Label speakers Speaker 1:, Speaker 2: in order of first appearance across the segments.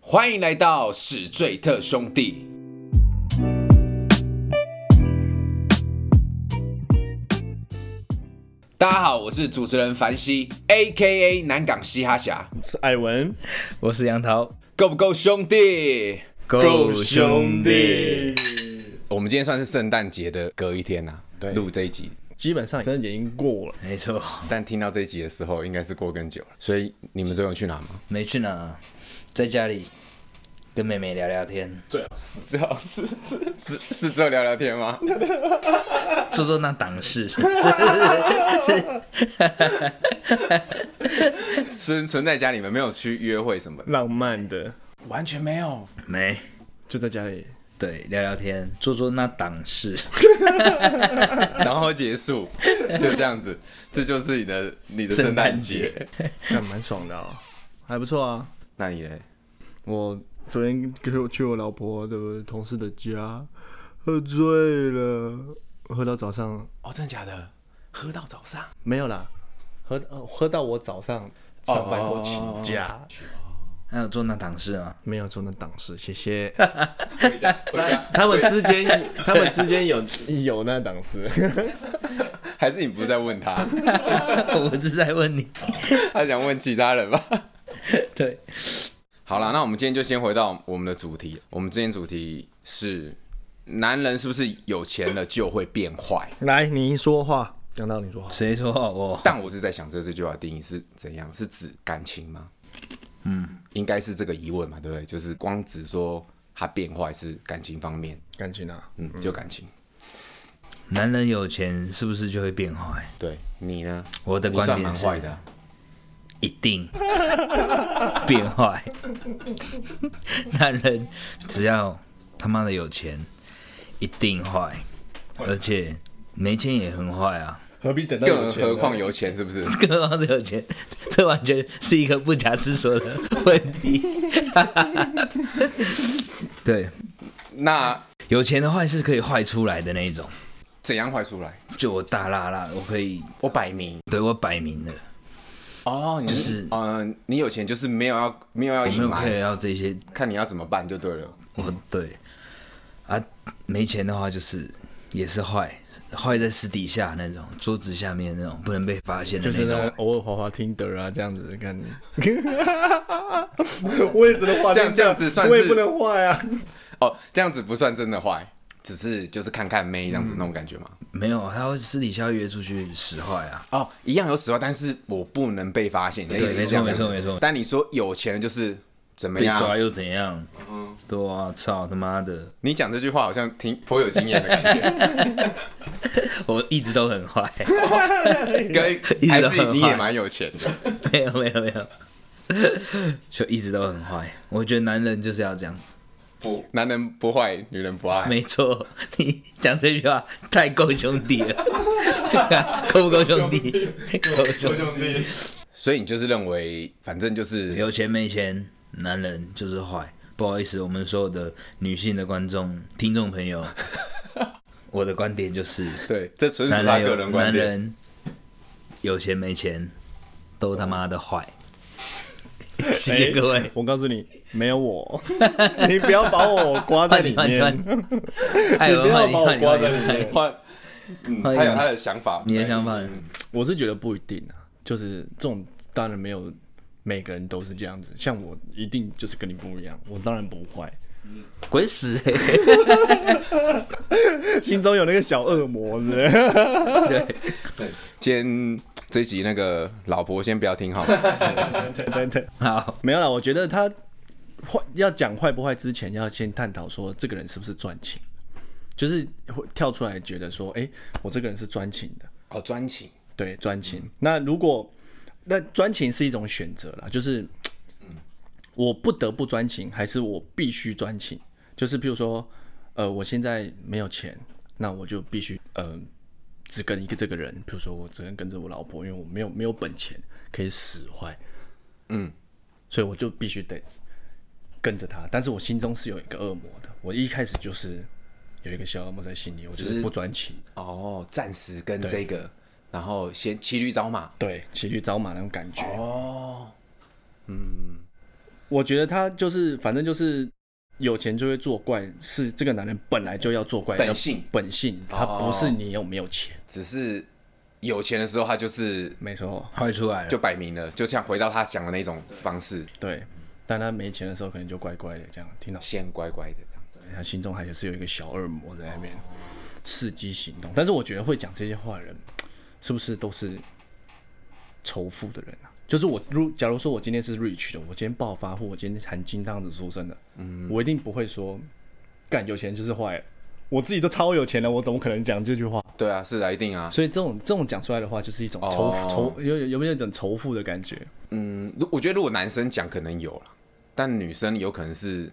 Speaker 1: 欢迎来到史最特兄弟。大家好，我是主持人凡西 a K A 南港嘻哈侠，
Speaker 2: 是艾文，
Speaker 3: 我是杨桃，
Speaker 1: 够不够兄弟？
Speaker 3: 够，
Speaker 1: 我们今天算是圣诞节的隔一天呐、啊，录这一集。
Speaker 2: 基本上圣诞节已经过了，
Speaker 3: 没错，
Speaker 1: 但听到这一集的时候，应该是过更久了。所以你们最后去哪吗？
Speaker 3: 没去哪，在家里跟妹妹聊聊天，
Speaker 1: 是最好是 是是是只有聊聊天吗？
Speaker 3: 做做那档事。
Speaker 1: 存存在家里面没有去约会什么的，
Speaker 2: 浪漫的，
Speaker 1: 完全没有。
Speaker 3: 没，
Speaker 2: 就在家里。
Speaker 3: 对，聊聊天，做做那档事。
Speaker 1: 然后结束，就这样子，这就是你的你的圣诞节。
Speaker 2: 那蛮爽的哦，还不错啊。
Speaker 1: 那你嘞？
Speaker 2: 我昨天给我去我老婆的同事的家，喝醉了，喝到早上
Speaker 1: 哦，真的假的？喝到早上？
Speaker 2: 没有啦，喝呃喝到我早上上班后请假，
Speaker 3: 还有做那档事吗？
Speaker 2: 没有做那档事，谢谢。
Speaker 1: 回 家，回家。
Speaker 2: 他们之间，他们之间有有那档事，
Speaker 1: 还是你不是在问他，
Speaker 3: 我是在问你。
Speaker 1: 他想问其他人吧？
Speaker 3: 对，
Speaker 1: 好啦，那我们今天就先回到我们的主题。我们今天主题是：男人是不是有钱了就会变坏？
Speaker 2: 来，你说话，讲到你说话，
Speaker 3: 谁说我？
Speaker 1: 但我是在想，这这句话的定义是怎样？是指感情吗？嗯，应该是这个疑问嘛，对不对？就是光只说他变坏是感情方面，
Speaker 2: 感情啊，
Speaker 1: 嗯，就感情。
Speaker 3: 男人有钱是不是就会变坏？
Speaker 1: 对你呢？
Speaker 3: 我的
Speaker 1: 你
Speaker 3: 观
Speaker 1: 算
Speaker 3: 点
Speaker 1: 蛮
Speaker 3: 是
Speaker 1: 坏 的啊、
Speaker 3: 一定 变坏。 男人只要他妈的有钱，一定坏，而且没钱也很坏啊。
Speaker 2: 何必等到
Speaker 1: 更何况有钱是不是？
Speaker 3: 更何况是有钱，这完全是一个不假思索的问题。 对，
Speaker 1: 那
Speaker 3: 有钱的坏是可以坏出来的那一种，
Speaker 1: 怎样坏出来？
Speaker 3: 就我大辣辣，我可以
Speaker 1: 我摆明
Speaker 3: 对我摆明了，
Speaker 1: 哦，你
Speaker 3: 就是
Speaker 1: 嗯、你有钱就是没有要没有要
Speaker 3: 我没
Speaker 1: 隐
Speaker 3: 有 care
Speaker 1: 瞒，
Speaker 3: 要这些，
Speaker 1: 看你要怎么办就对了。
Speaker 3: 我对啊，没钱的话就是也是坏，坏在私底下那种，桌子下面那种不能被发现的
Speaker 2: 就是
Speaker 3: 那
Speaker 2: 呢
Speaker 3: 种。，
Speaker 2: 偶尔滑滑听得啊，这样子看。 我也只能滑 Tinder，
Speaker 1: 这样这样子算是
Speaker 2: 我也不能坏啊。
Speaker 1: 哦，这样子不算真的坏，只是就是看看妹这样子那种感觉嘛。
Speaker 3: 没有，他会私底下约出去使坏啊，
Speaker 1: 哦，一样有使用，但是我不能被发现。你的意思哎是
Speaker 3: 没错
Speaker 1: 这样
Speaker 3: 没错没错
Speaker 1: 但你说有钱就是怎么
Speaker 3: 被
Speaker 1: 样？嗯
Speaker 3: 抓又怎样？对啊，操他妈的！
Speaker 1: 你讲这句话好像挺颇有经验的 感觉，
Speaker 3: 我一直都很坏，
Speaker 2: 哦
Speaker 1: 跟
Speaker 3: 一
Speaker 1: 还
Speaker 3: 直都很
Speaker 1: 是
Speaker 3: 坏
Speaker 1: 你也蛮有钱的。
Speaker 3: 没有没有没有，就一直都很坏。我觉得男人就是要这样子，
Speaker 1: 不，男人不坏，女人不爱。
Speaker 3: 没错。你讲这句话太够兄弟了， 够不够兄弟？够兄弟。
Speaker 1: 所以你就是认为，反正就是
Speaker 3: 有钱没钱，男人就是坏。不好意思，我们所有的女性的观众、听众朋 友，我的观点就是，
Speaker 1: 对，这纯属
Speaker 3: 男
Speaker 1: 他
Speaker 3: 人
Speaker 1: 个
Speaker 3: 有
Speaker 1: 人观
Speaker 3: 男
Speaker 1: 点。
Speaker 3: 人有钱没钱都他妈的坏。谢
Speaker 2: 哎
Speaker 3: 谢哎各位。
Speaker 2: 我告诉你，没有 我，你不要把我刮在里
Speaker 3: 换你
Speaker 2: 面，
Speaker 3: 换
Speaker 2: 你
Speaker 3: 你哎，
Speaker 2: 不要把我刮在里
Speaker 3: 你
Speaker 2: 面。
Speaker 1: 换，嗯，
Speaker 3: 换一
Speaker 1: 他
Speaker 3: 个
Speaker 1: 有他的想法，
Speaker 3: 你的想法，
Speaker 2: 我是觉得不一定啊，就是这种当然没有每个人都是这样子，像我一定就是跟你不一样，我当然不坏，
Speaker 3: 滚死、欸！
Speaker 2: 心中有那个小恶魔是不是
Speaker 3: 对，
Speaker 1: 今天这一集那个老婆先不要听好吗？
Speaker 2: 对对对。
Speaker 3: 好，
Speaker 2: 没有啦，我觉得他坏要讲坏不坏之前，要先探讨说这个人是不是专情，就是会跳出来觉得说，哎、我这个人是专情的，
Speaker 1: 哦，专情。
Speaker 2: 对，专情。那如果那专情是一种选择啦，就是我不得不专情，还是我必须专情？就是譬如说，呃，我现在没有钱，那我就必须呃，只跟一个这个人，比如说我只能跟着我老婆，因为我没有没有本钱可以使坏，嗯，所以我就必须得跟着他。但是我心中是有一个恶魔的，我一开始就是有一个小恶魔在心里，我就是不专情。
Speaker 1: 哦，暂时跟这个，然后先骑驴找马。
Speaker 2: 对，骑驴找马那种感觉。哦，嗯，我觉得他就是，反正就是有钱就会作怪，是这个男人本来就要作怪，
Speaker 1: 本性哦
Speaker 2: 要本性，他不是你有没有钱，
Speaker 1: 只是有钱的时候他就是
Speaker 2: 没错，
Speaker 3: 坏出来了，
Speaker 1: 就摆明了，就像回到他讲的那种方式，
Speaker 2: 对。但他没钱的时候，可能就乖乖的这样，听到
Speaker 1: 先乖乖的这样。
Speaker 2: 他心中还是有一个小恶魔在那边伺机行动。但是我觉得会讲这些话的人，是不是都是仇富的人啊？就是我如假如说我今天是 rich 的，我今天暴发户，我今天含金汤匙出生的，
Speaker 1: 嗯
Speaker 2: 我一定不会说干有钱就是坏了。我自己都超有钱了，我怎么可能讲这句话？
Speaker 1: 对啊，是啊，一定啊。
Speaker 2: 所以这种这种讲出来的话，就是一种仇、
Speaker 1: 哦
Speaker 2: 仇有有有没有一种仇富的感觉？
Speaker 1: 嗯，如我觉得如果男生讲可能有了，但女生有可能是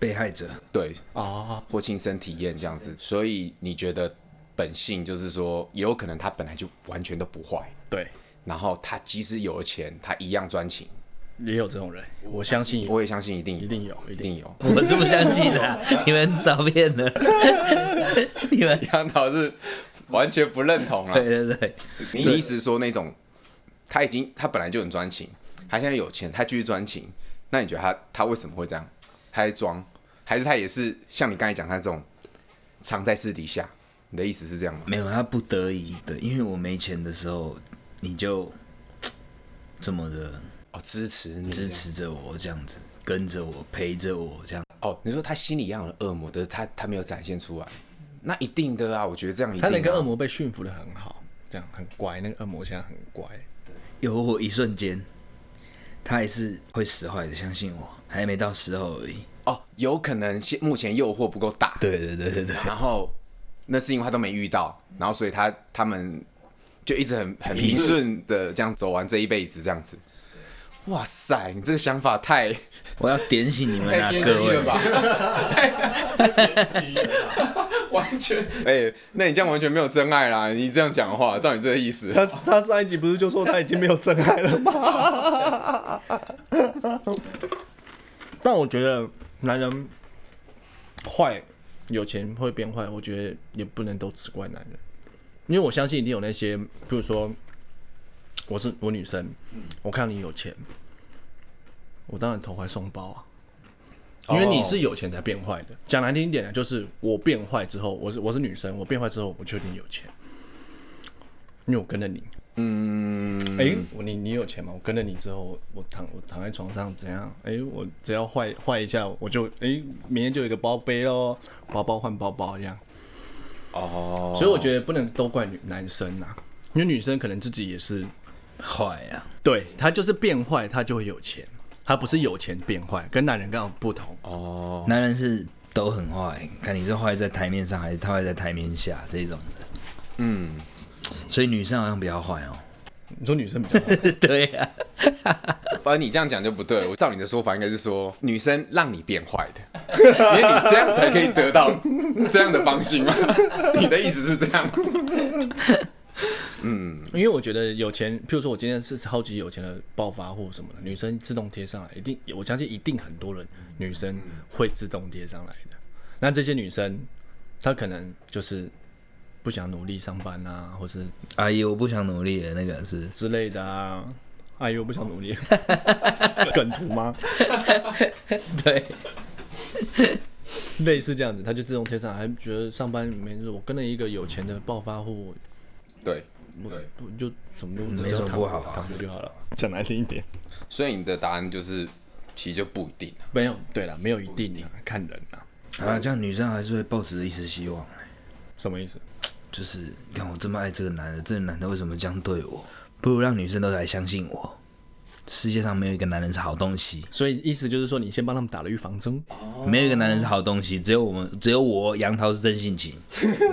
Speaker 3: 被害者
Speaker 1: 对
Speaker 2: 哦，
Speaker 1: 或亲身体验这样子，所以你觉得本性就是说，也有可能他本来就完全都不坏，
Speaker 2: 对，
Speaker 1: 然后他即使有了钱，他一样专情。
Speaker 2: 也有这种人，我相信
Speaker 1: 我也相信一定有
Speaker 2: 一定有一
Speaker 1: 一
Speaker 2: 定有
Speaker 1: 定有。
Speaker 3: 我是不相信的啊、你们少骗 了，你们
Speaker 1: 杨导是完全不认同了。
Speaker 3: 对对对，
Speaker 1: 你意思是说那种他已经他本来就很专情，他现在有钱，他继续专情，那你觉得他他为什么会这样？他在装，还是他也是像你刚才讲他这种藏在私底下？你的意思是这样吗？
Speaker 3: 没有他不得已的，因为我没钱的时候，你就这么的
Speaker 1: 哦，支持你
Speaker 3: 支持着我这样子，跟着我陪着我这样，
Speaker 1: 哦，你说他心里一样的恶魔，但是他他没有展现出来，那一定的啊，我觉得这样一定、
Speaker 2: 他
Speaker 1: 啊。
Speaker 2: 那个恶魔被驯服的很好，这样很乖。那个恶魔现在很乖，
Speaker 3: 有我一瞬间，他还是会使坏的，相信我，还没到时候而已。
Speaker 1: 哦，有可能现目前诱惑不够大，
Speaker 3: 对对对对对，
Speaker 1: 然后那是因为他都没遇到，然后所以他他们就一直很很平顺的这样走完这一辈子这样子。哇塞，你这个想法太
Speaker 3: 我要点醒你们啊，
Speaker 1: 偏
Speaker 3: 啊各
Speaker 1: 激
Speaker 3: 位
Speaker 1: 了！ 吧？
Speaker 2: 完全。
Speaker 1: 哎、那你这样完全没有真爱啦！你这样讲话，照你这个意思，
Speaker 2: 他他上一集不是就说他已经没有真爱了吗？ 但我觉得男人坏，有钱会变坏，我觉得也不能都只怪男人，因为我相信一定有那些，比如说我是我女生，我看你有钱，我当然投怀送抱啊。因为你是有钱才变坏的，讲难听一点呢，啊就是我变坏之后，我是我是女生，我变坏之后，我确定有钱，因为我跟了你，
Speaker 1: 嗯，
Speaker 2: 哎、我你你有钱吗？我跟了你之后，我躺我躺在床上怎样？哎、我只要坏坏一下，我就哎、明天就有一个包背喽，包包换包包一样。
Speaker 1: 哦，
Speaker 2: 所以我觉得不能都怪女男生啊，因为女生可能自己也是，
Speaker 3: 坏啊，
Speaker 2: 对她就是变坏，她就会有钱，她不是有钱变坏，跟男人刚好不同。
Speaker 1: 哦，
Speaker 3: 男人是都很坏，看你是坏在台面上还是他坏在台面下这种的，
Speaker 1: 嗯，
Speaker 3: 所以女生好像比较坏哦。
Speaker 2: 你说女生比较好
Speaker 3: 对呀、啊，
Speaker 1: 而你这样讲就不对。我照你的说法，应该是说女生让你变坏的， 因为你这样才可以得到这样的芳心吗？你的意思是这样吗？
Speaker 2: 因为我觉得有钱，譬如说我今天是超级有钱的暴发户什么的，女生自动贴上来，一定我相信一定很多人女生会自动贴上来的。那这些女生，她可能就是不想努力上班啊，或是
Speaker 3: 阿姨，我不想努力了，那个是
Speaker 2: 之类的啊。哎呦，我不想努力，梗图吗？
Speaker 3: 对，
Speaker 2: 类似这样子，她就自动贴上来，还觉得上班没事。我跟了一个有钱的暴发户，
Speaker 1: 对，
Speaker 2: 我
Speaker 1: 对
Speaker 2: 我就什么都
Speaker 3: 没什么不好啊
Speaker 2: 躺着就好了。讲难听一点，
Speaker 1: 所以你的答案就是，其实就不一定啊。
Speaker 2: 没有对了，没有一定啊，看人啊，
Speaker 3: 啊，这样女生还是会抱持一丝希望，
Speaker 2: 什么意思？
Speaker 3: 就是你看我这么爱这个男的，这个男的为什么这样对我？不如让女生都来相信我，世界上没有一个男人是好东西，
Speaker 2: 所以意思就是说，你先帮他们打了预防针。
Speaker 3: 没有一个男人是好东西，只有我们，只有我杨桃是真性情，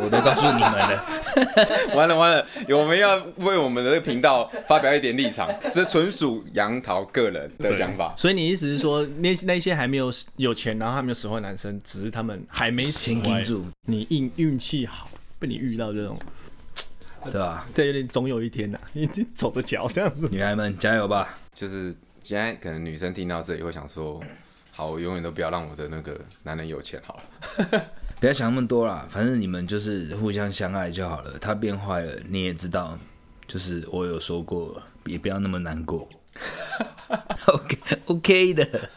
Speaker 3: 我都告诉你们了，
Speaker 1: 完了完了，我们要为我们的这个频道发表一点立场，这纯属杨桃个人的想法。
Speaker 2: 所以你意思是说，那那些还没有有钱，然后还没有使坏男生，只是他们还没使
Speaker 3: 请
Speaker 2: 坏
Speaker 3: 盯，住，
Speaker 2: 你运运气好，被你遇到这种，
Speaker 3: 对吧？
Speaker 2: 这有点总有一天呐、 你你走着瞧这样子。
Speaker 3: 女孩们加油吧！
Speaker 1: 就是现在可能女生听到这里会想说，好，我永远都不要让我的那个男人有钱好了。
Speaker 3: 不要想那么多啦，反正你们就是互相相爱就好了。他变坏了，你也知道，就是我有说过，也不要那么难过。 OK OK 的，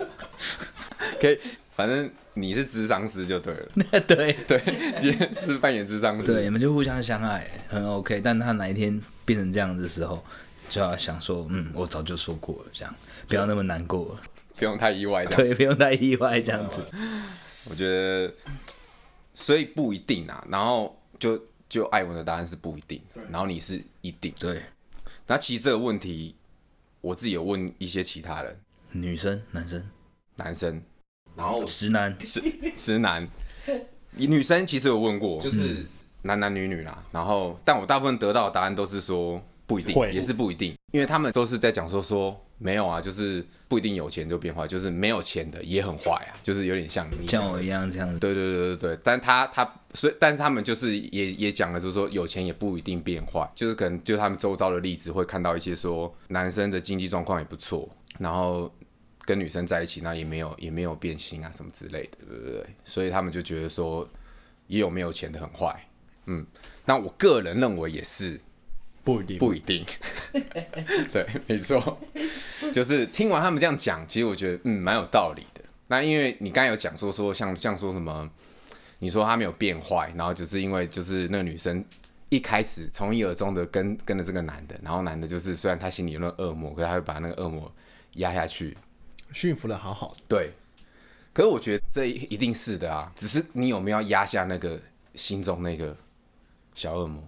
Speaker 1: 可以，反正你是智商师就对了，
Speaker 3: 对
Speaker 1: 对， 今天是扮演智商师，
Speaker 3: 对，你们就互相相爱，很 OK。但他哪一天变成这样的时候，就要想说，嗯，我早就说过了，这样不要那么难过了，
Speaker 1: 不用太意外的。
Speaker 3: 对，不用太意外，这样子。
Speaker 1: 我觉得，所以不一定啊。然后就就艾文的答案是不一定，然后你是一定。
Speaker 3: 对，
Speaker 1: 那其实这个问题，我自己有问一些其他人，
Speaker 3: 女生、男生、
Speaker 1: 男生，然后
Speaker 3: 直男，
Speaker 1: 直男，女生其实有问过，就是男男女女啦。然后，但我大部分得到的答案都是说不一定
Speaker 2: 会，
Speaker 1: 也是不一定，因为他们都是在讲说说没有啊，就是不一定有钱就变坏，就是没有钱的也很坏啊，就是有点像你讲
Speaker 3: 像我一样这样子。
Speaker 1: 对对对对对，但他他所以，但是他们就是也也讲了，就是说有钱也不一定变坏，就是可能就他们周遭的例子会看到一些说男生的经济状况也不错，然后跟女生在一起那也没有 也没有变心啊什么之类的，对对对，所以他们就觉得说也有没有钱的很坏，嗯，那我个人认为也是
Speaker 2: 不一定，
Speaker 1: 不一定， 对，没错，就是听完他们这样讲，其实我觉得嗯蛮有道理的。那因为你刚才有讲说说像像说什么，你说他没有变坏，然后就是因为就是那个女生一开始从一而终的跟跟了这个男的，然后男的就是虽然他心里有那个恶魔，可是他会把那个恶魔压下去，
Speaker 2: 驯服的好好的，
Speaker 1: 对。可是我觉得这一定是的啊，只是你有没有压下那个心中那个小恶魔？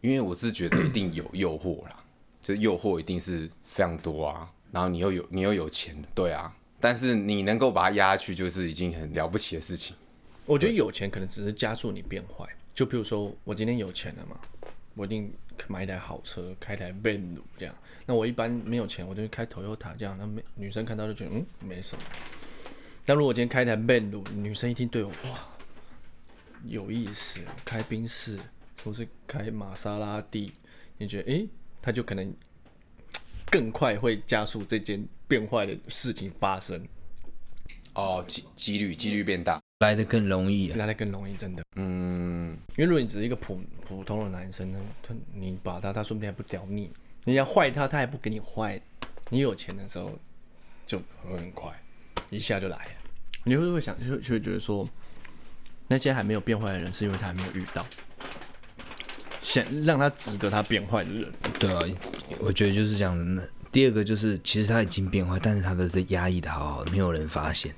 Speaker 1: 因为我是觉得一定有诱惑啦， 就诱惑一定是非常多啊。然后你又有你又有钱，对啊，但是你能够把它压下去，就是已经很了不起的事情。
Speaker 2: 我觉得有钱可能只是加速你变坏，就比如说我今天有钱了嘛，我一定买一台好车，开一台 Benz 这样。那我一般没有钱，我就开 Toyota 这样，那美女生看到就觉得嗯没什么。但如果我今天开一台 Benz，女生一定对我哇有意思，开宾士或是开玛莎拉蒂，你觉得诶，她就可能更快会加速这件变坏的事情发生，
Speaker 1: 哦，几几率几率变大，
Speaker 3: 来的更容易、啊，
Speaker 2: 来的更容易，真的。
Speaker 1: 嗯，
Speaker 2: 因为如果你只是一个普普通的男生呢，他你把他，他说不定还不屌你。你要坏他，他还不给你坏。你有钱的时候就会很快，一下就来了。你会不会想，就就会觉得说，那些还没有变坏的人，是因为他还没有遇到想让他值得他变坏的人。
Speaker 3: 对啊，我觉得就是这样子。那第二个就是，其实他已经变坏，但是他的这压抑的好好的，没有人发现。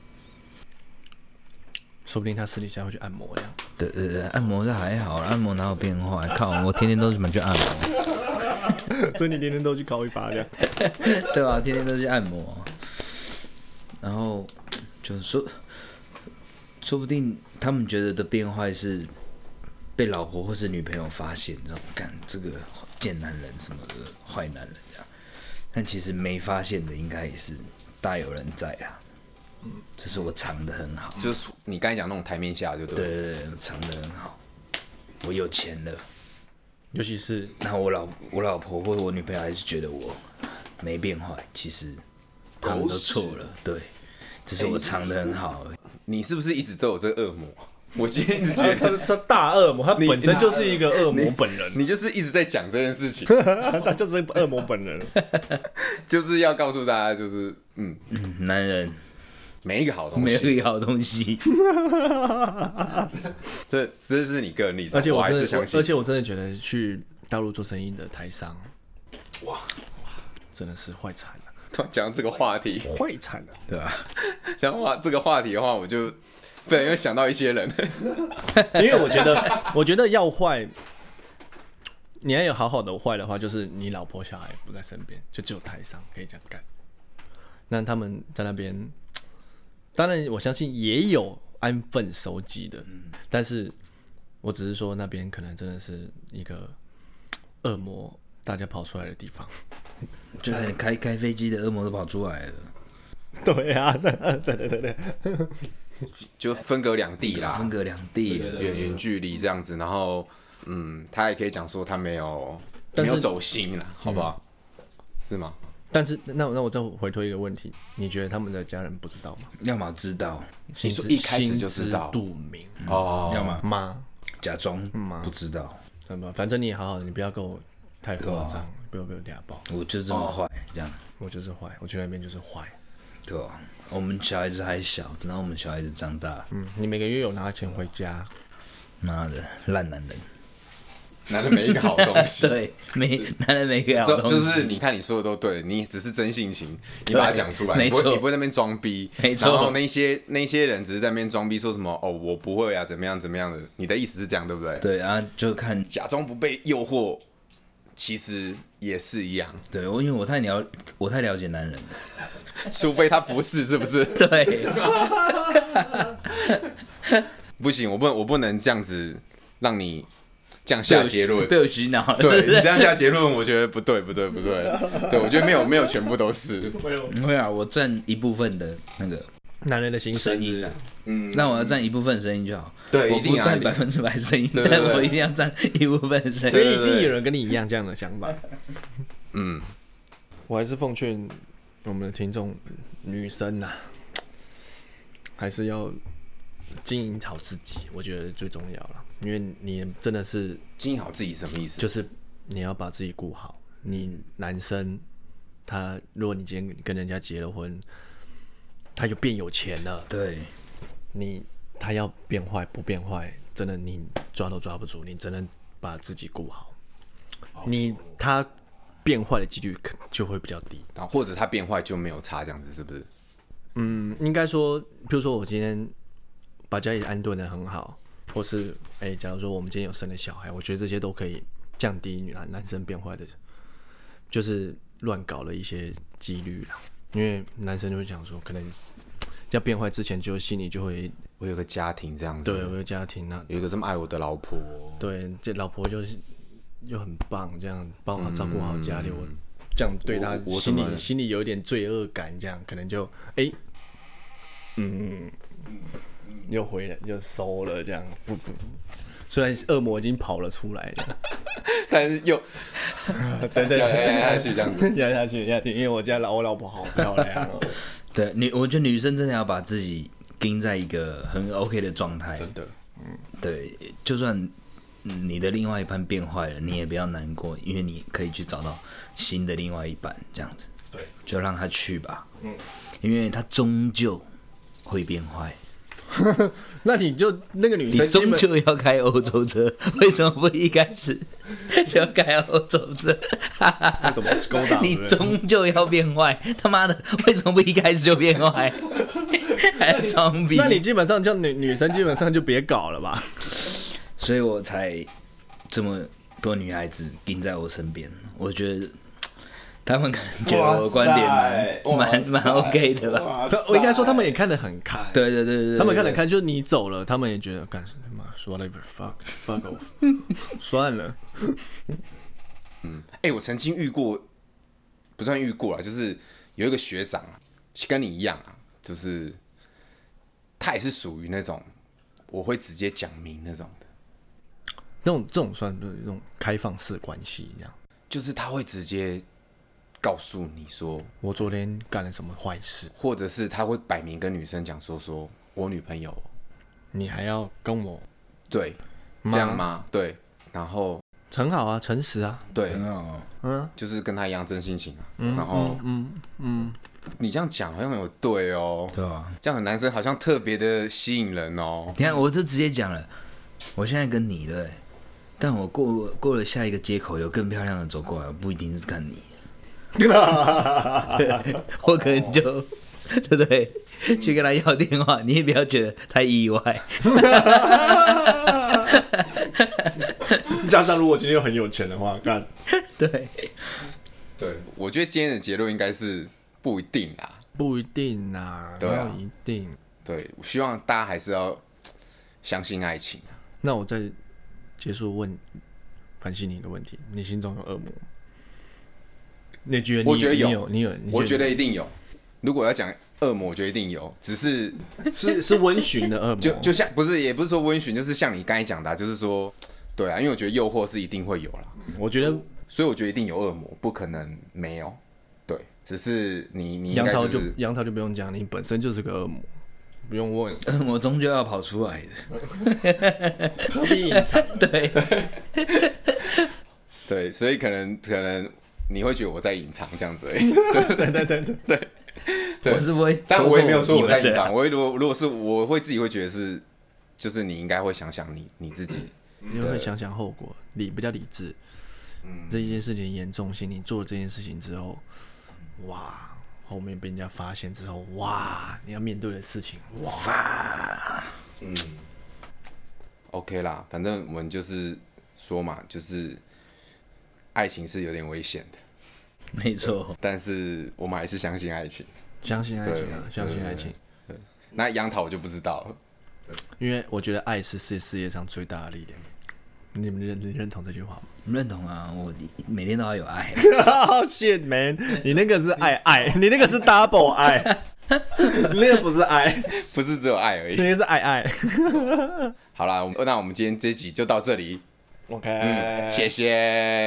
Speaker 2: 说不定他私底下会去按摩这样。
Speaker 3: 对对对，按摩是还好啦，按摩哪有变坏？靠，我天天都怎么去按摩？
Speaker 2: 所以你天天都去搞一把这样。
Speaker 3: 对啊，天天都去按摩。然后就是说，说不定他们觉得的变坏是被老婆或是女朋友发现，然后干这个贱男人什么的坏男人这样。但其实没发现的，应该也是大有人在啊。这是我藏的很好。
Speaker 1: 就是你刚才讲那种台面下，就对了。
Speaker 3: 对对对，藏得很好。我有钱了，
Speaker 2: 尤其是
Speaker 3: 那我老我老婆或我女朋友还是觉得我没变坏，其实他们都错了。对，只
Speaker 1: 哎
Speaker 3: 是我藏得 很好而已。
Speaker 1: 你是不是一直都有这个恶魔？ 我今天一直觉
Speaker 2: 他
Speaker 1: 得
Speaker 2: 他他大恶魔，他本身
Speaker 1: 你
Speaker 2: 就是一个恶魔本人，
Speaker 1: 你就是一直在讲这件事情，
Speaker 2: 他就是恶魔本人。
Speaker 1: 就是要告诉大家，就是嗯，
Speaker 3: 嗯男人
Speaker 1: 每一个好东
Speaker 3: 没有
Speaker 1: 西，
Speaker 3: 一个好东 西，
Speaker 1: 这这是你个人立场，
Speaker 2: 而且我
Speaker 1: 还
Speaker 2: 真
Speaker 1: 是
Speaker 2: 的，
Speaker 1: 相信
Speaker 2: 而。且我真的觉得去大陆做生意的台商，哇真的是坏惨了，
Speaker 1: 突然 讲到这个话题，
Speaker 2: 坏惨了。
Speaker 3: 对吧、
Speaker 1: 讲话这个话题的话，我就不然又想到一些人，
Speaker 2: 因为我觉得，我觉得要坏，你要有好好的坏的话，就是你老婆小孩不在身边，就只有台商可以这样干。那他们在那边，当然我相信也有安分守己的，但是我只是说那边可能真的是一个恶魔大家跑出来的地方。
Speaker 3: 就很开开飞机的恶魔都跑出来了，
Speaker 2: 对啊，对对对对，
Speaker 1: 就分隔两地啦
Speaker 3: 分，隔两地了。
Speaker 1: 远远距离这样子。然后，嗯，他也可以讲说他没有
Speaker 2: 但
Speaker 1: 没
Speaker 2: 是
Speaker 1: 有走心啦，好不好？是吗？
Speaker 2: 但是那那我再回推一个问题，你觉得他们的家人不知道吗？
Speaker 3: 要么知道，
Speaker 1: 你说一开始就知道
Speaker 2: 心知肚明
Speaker 1: 哦，嗯
Speaker 3: 要么
Speaker 2: 吗？
Speaker 3: 假装不知道。
Speaker 2: 什么？反正你也好好的，你不要跟我太夸张
Speaker 1: 啊
Speaker 2: 了，不要不要俩爆，
Speaker 3: 我就
Speaker 1: 哦
Speaker 3: 这么坏，这样
Speaker 2: 我就是坏，我去那边就是坏。
Speaker 3: 对吧？我们小孩子还小，等到我们小孩子长大，
Speaker 2: 嗯，你每个月有拿钱回家，
Speaker 3: 妈的烂男人，
Speaker 1: 男人没一个好东西。
Speaker 3: 对，没男人没个好
Speaker 1: 这
Speaker 3: 东西，
Speaker 1: 就是你看你说的都对，你只是真性情，你把它讲出来，
Speaker 3: 没
Speaker 1: 你不会
Speaker 3: 错
Speaker 1: 你不会在那边装逼，
Speaker 3: 没错
Speaker 1: 然后那些那些人只是在那边装逼，说什么哦我不会啊，怎么样怎么样的，你的意思是这样对不对？
Speaker 3: 对啊，就看
Speaker 1: 假装不被诱惑，其实也是一样，
Speaker 3: 对我，因为我太了我太了解 男人了，
Speaker 1: 除非他不是，是不 是？
Speaker 3: 对，
Speaker 1: 不行，我不能我不能这样子让你这样下结论。
Speaker 3: 被我洗脑了，
Speaker 1: 对
Speaker 3: 不
Speaker 1: 你这样下结论，我觉得不对，不对，不 对。对我觉得没有没有全部都是。
Speaker 3: 不会啊，我占一部分的那个
Speaker 2: 男人的心声
Speaker 3: 声音啊，
Speaker 1: 嗯，
Speaker 3: 那我要占一部分声音就好，
Speaker 1: 对
Speaker 3: 我
Speaker 1: 一定
Speaker 3: 不
Speaker 1: 啊
Speaker 3: 占
Speaker 1: 一定
Speaker 3: 百分之百声音，
Speaker 1: 对对对
Speaker 3: 但我一定要占一部分声
Speaker 1: 对
Speaker 3: 音，
Speaker 2: 所以一定有人跟你一样这样的想法。
Speaker 1: 嗯，
Speaker 2: 我还是奉劝我们的听众女生呐、还是要经营好自己，我觉得最重要了。因为你真的是
Speaker 1: 经营好自己什么意思？
Speaker 2: 就是你要把自己顾好。你男生他，如果你今天跟人家结了婚，他就变有钱了，
Speaker 3: 对，
Speaker 2: 你他要变坏不变坏，真的你抓都抓不住，你真的把自己顾好，你他变坏的几率可就会比较低。
Speaker 1: 然后或者他变坏就没有差，这样子是不是？
Speaker 2: 嗯，应该说，比如说我今天把家里安顿的很好，或是哎、假如说我们今天有生了小孩，我觉得这些都可以降低女男男生变坏的，啊就是乱搞了一些几率啦。因为男生就会想说，可能要变坏之前，就心里就会
Speaker 1: 我有个家庭这样子，
Speaker 2: 对我有家庭啊，
Speaker 1: 有一个这么爱我的老婆，
Speaker 2: 对这老婆就是又很棒，这样帮我照顾好家里，我这样对她
Speaker 1: 我我
Speaker 2: 心
Speaker 1: 怎
Speaker 2: 里
Speaker 1: 么
Speaker 2: 心里有一点罪恶感，这样可能就哎、嗯，又回来又收了，这样不不，虽然恶魔已经跑了出来了，
Speaker 1: 但是又
Speaker 2: 对对
Speaker 1: 要要
Speaker 2: 对，
Speaker 1: 要下去这样子。
Speaker 2: 压下去压下去，因为我家老我老婆好漂亮哦，
Speaker 3: 对女，我觉得女生真的要把自己盯在一个很 OK 的状态，
Speaker 2: 真的，
Speaker 3: 对，就算你的另外一半变坏了，你也不要难过，因为你可以去找到新的另外一半，这样子。对，就让他去吧。嗯，因为他终究会变坏，
Speaker 2: 那你就那个女
Speaker 3: 你
Speaker 2: 生基
Speaker 3: 终
Speaker 2: 本
Speaker 3: 究要开欧洲车， 为什么不一开始 就要开欧洲车？
Speaker 2: 为什么是勾 搭？
Speaker 3: 你
Speaker 2: 对不对
Speaker 3: 终究要变坏，他妈的，为什么不一开始就 变坏？还要装逼？
Speaker 2: 那你基本上叫女女生基本上就别搞了吧。
Speaker 3: 所以我才这么多女孩子盯在我身边。我觉得他们可能觉得我的观点蛮蛮蛮 OK 的吧？
Speaker 1: 吧
Speaker 2: 他我应该说他们也看得很开，
Speaker 3: 对对对对对，
Speaker 2: 他们看得
Speaker 3: 对
Speaker 2: 开，就是你走了，他们也觉得干什么，whatever fuck fuck off，算 了，
Speaker 1: 哎、我曾经遇过，不算遇过啦，就是有一个学长啊，跟你一样啊，就是他也是属于那种我会直接讲明那种的，
Speaker 2: 那种这种算就是那种开放式关系一样。
Speaker 1: 就是他会直接告诉你说，
Speaker 2: 我昨天干了什么坏事，
Speaker 1: 或者是他会摆明跟女生讲说，说我女朋友哦
Speaker 2: 你还要跟我
Speaker 1: 对这样吗？对，然后
Speaker 2: 很好啊，诚实啊，
Speaker 1: 对，
Speaker 3: 很好啊。
Speaker 1: 就是跟他一样真性情啊，然后嗯嗯，你这样讲好像很有对哦，
Speaker 3: 对吧？
Speaker 1: 这样很男生好像特别的吸引人哦。
Speaker 3: 你看，我就直接讲了，我现在跟你对，但我过过了下一个街口，有更漂亮的走过来，我不一定是 看你，对我可能就对不对？去跟他要电话，你也不要觉得太意外。
Speaker 2: 加上如果今天又很有钱的话，干
Speaker 3: 对，
Speaker 1: 对，我觉得今天的结论应该是不一定啦。
Speaker 2: 不一定啊，
Speaker 1: 对啊
Speaker 2: 那一定。
Speaker 1: 对，我希望大家还是要相信爱情啊。
Speaker 2: 那我再结束问反省你一个问题，你心中有恶魔吗？你觉得你
Speaker 1: 我觉得
Speaker 2: 有，
Speaker 1: 有
Speaker 2: 你有，你有，你
Speaker 1: 我觉得一定有。如果要讲恶魔，我觉得一定有，只是
Speaker 2: 是是温驯的恶魔，
Speaker 1: 就就像不是也不是说温驯，就是像你刚才讲的啊、就是说，对啊，因为我觉得诱惑是一定会有啦，
Speaker 2: 我觉得
Speaker 1: 所以我觉得一定有恶魔，不可能没有。对，只是你你应
Speaker 2: 杨
Speaker 1: 该
Speaker 2: 桃
Speaker 1: 就
Speaker 2: 就是杨桃就不用讲，你本身就是个恶魔，不用问，
Speaker 3: 恶魔终究要跑出来的。
Speaker 2: 何必隐藏？
Speaker 3: 对，
Speaker 1: 对，所以可能可能你会觉得我在隐藏这样子而已，
Speaker 3: 我是不会戳
Speaker 1: 但我
Speaker 3: 破你们的啊，
Speaker 1: 也没有说我在隐藏，我也如果如果是我会自己会觉得是，就是你应该会想想你你自己，
Speaker 2: 你会想想后果，理比较理智。这一件事情的严重性，你做了这件事情之后，哇，后面被人家发现之后，哇，你要面对的事情，哇，
Speaker 1: OK 啦，反正我们就是说嘛，就是爱情是有点危险的，
Speaker 3: 没错，
Speaker 1: 但是我们还是相信爱情。
Speaker 2: 相信爱情啊，
Speaker 1: 对
Speaker 2: 相信爱情，
Speaker 1: 那杨桃我就不知道了，
Speaker 2: 因为我觉得爱是世世界上最大的力量。你们认认同这句话吗？
Speaker 3: 你认同啊，我每天都要有爱，
Speaker 2: Oh shit man！你那个是爱爱， 你那个是 double 爱，你那个不是爱，
Speaker 1: 不是只有爱而已。
Speaker 2: 那个是爱爱。
Speaker 1: 好啦，我们那我们今天这集就到这里，
Speaker 2: OK，、
Speaker 1: 嗯谢谢，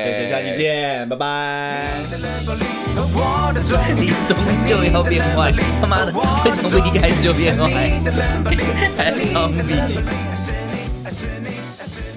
Speaker 2: 谢谢，下期。见，拜拜。
Speaker 3: 你终究要变坏，他妈的， 为什么一开始就变坏？还要装逼。
Speaker 4: I shouldn't, I shouldn't, I shouldn't.